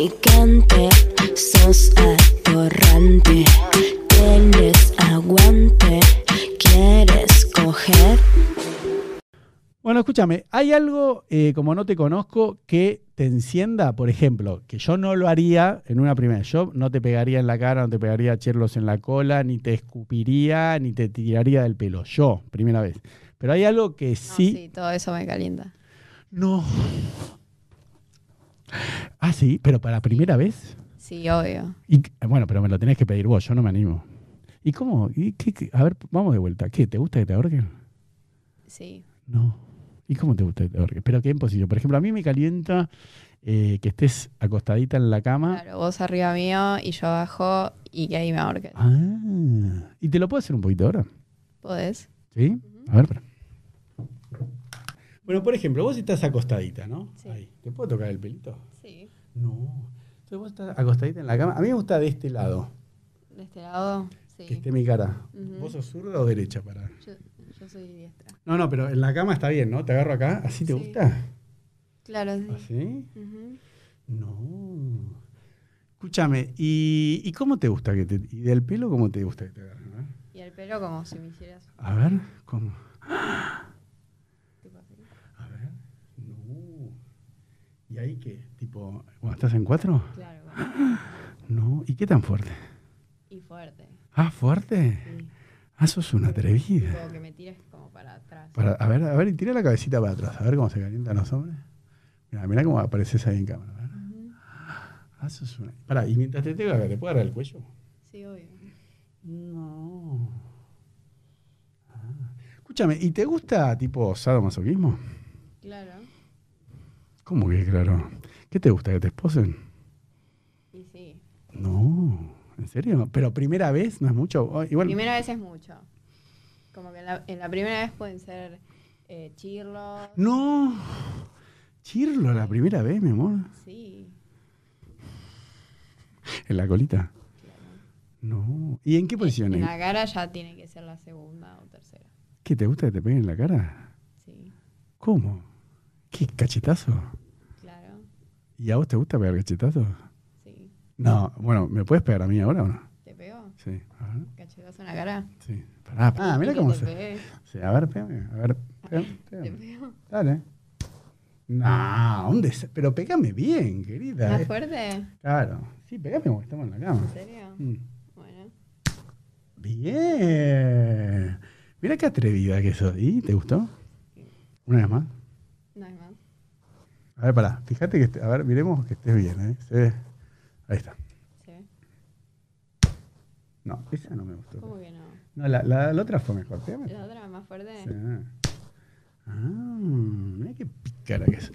atorrante, sos atorrante. Tienes aguante, quieres coger. Bueno, escúchame, ¿hay algo, eh, como no te conozco, que te encienda? Por ejemplo, que yo no lo haría en una primera. Yo no te pegaría en la cara, no te pegaría chirlos en la cola, ni te escupiría, ni te tiraría del pelo. Yo, primera vez. Pero hay algo que No, sí. sí, todo eso me calienta. No. Ah, sí, pero para primera vez. Sí, obvio. Y, bueno, pero me lo tenés que pedir vos, yo no me animo. ¿Y cómo? ¿Y qué- qué? A ver, vamos de vuelta. ¿Qué? ¿Te gusta que te ahorquen? Sí. No. ¿Y cómo te gusta que te ahorquen? Pero qué en posición. Por ejemplo, a mí me calienta eh, que estés acostadita en la cama. Claro, vos arriba mío y yo abajo y que ahí me ahorques. Ah. ¿Y te lo puedo hacer un poquito ahora? ¿Podés? ¿Sí? A ver, para. Bueno, por ejemplo, vos estás acostadita, ¿no? Sí. Ahí. ¿Te puedo tocar el pelito? Sí. No. Entonces vos estás acostadita en la cama. A mí me gusta de este lado, ¿De este lado? que Sí. esté mi cara. Ujú. ¿Vos sos zurda o derecha para? Yo, yo soy diestra. No, no, pero en la cama está bien, ¿no? Te agarro acá. ¿Así te Sí. gusta? Claro, sí. ¿Así? Ujú. No. Escúchame, ¿y, y cómo te gusta que te... ¿Y del pelo cómo te gusta que te agarren? A ver. Y el pelo como si me hicieras A ver, ¿cómo? tipo así. A ver. No. ¿Y ahí qué? Tipo, bueno, ¿estás en cuatro? Claro, como- No. ¿Y qué tan fuerte? y fuerte. Ah, fuerte. Sí. Ah, sos una atrevida. Tipo que me tires como para atrás. Para- a ver, a ver, y tira la cabecita para atrás, a ver cómo se calientan los hombres. Mira, mira cómo apareces ahí en cámara. a ver. Ujú. Ah, sos una. Pará, y mientras te tengo acá, ¿te puedo agarrar el cuello? Sí, obvio. No. Ah. Escúchame, ¿y te gusta tipo sadomasoquismo? Claro. ¿Cómo que claro? ¿Qué te gusta que te esposen? Y sí. No, ¿en serio? Pero primera vez no es mucho. Oh, igual, Primera vez es mucho. Como que en la, en la primera vez pueden ser eh, chirlos. No. Chirlo la primera vez, mi amor. Sí. En la colita. Claro. No. ¿Y en qué En posiciones? la cara ya tiene que ser la segunda o tercera. ¿Qué te gusta que te peguen en la cara? Sí, ¿Cómo? ¿Qué cachetazo? claro. ¿Y a vos te gusta pegar cachetazos? Sí. No, bueno, ¿me puedes pegar a mí ahora o no? ¿Te pegó? Sí. A ver. ¿Cachetazo en la cara? Sí. Pará. Ah, mira ¿Y cómo te se. pegué? Sí, a ver, pégame. A ver, pégame. ¿Te pégame. pegó? Dale. No, un desa- Pero pégame bien, querida. ¿Más Eh, fuerte? ¿En Claro. Sí, pégame como que estamos en la cama. serio? Mm. Bueno. Bien. Mira qué atrevida que sos. ¿Y te gustó? Una vez más. No es más. A ver, pará. Fíjate que. est- A ver, miremos que estés bien, ¿eh? Se ve. Ahí está. ¿Se ve? No, esa no me gustó. ¿Cómo que no? No, la, la- la otra fue mejor. Pégame. ¿La otra más fuerte? Sí. Ah, mira qué pícara que es.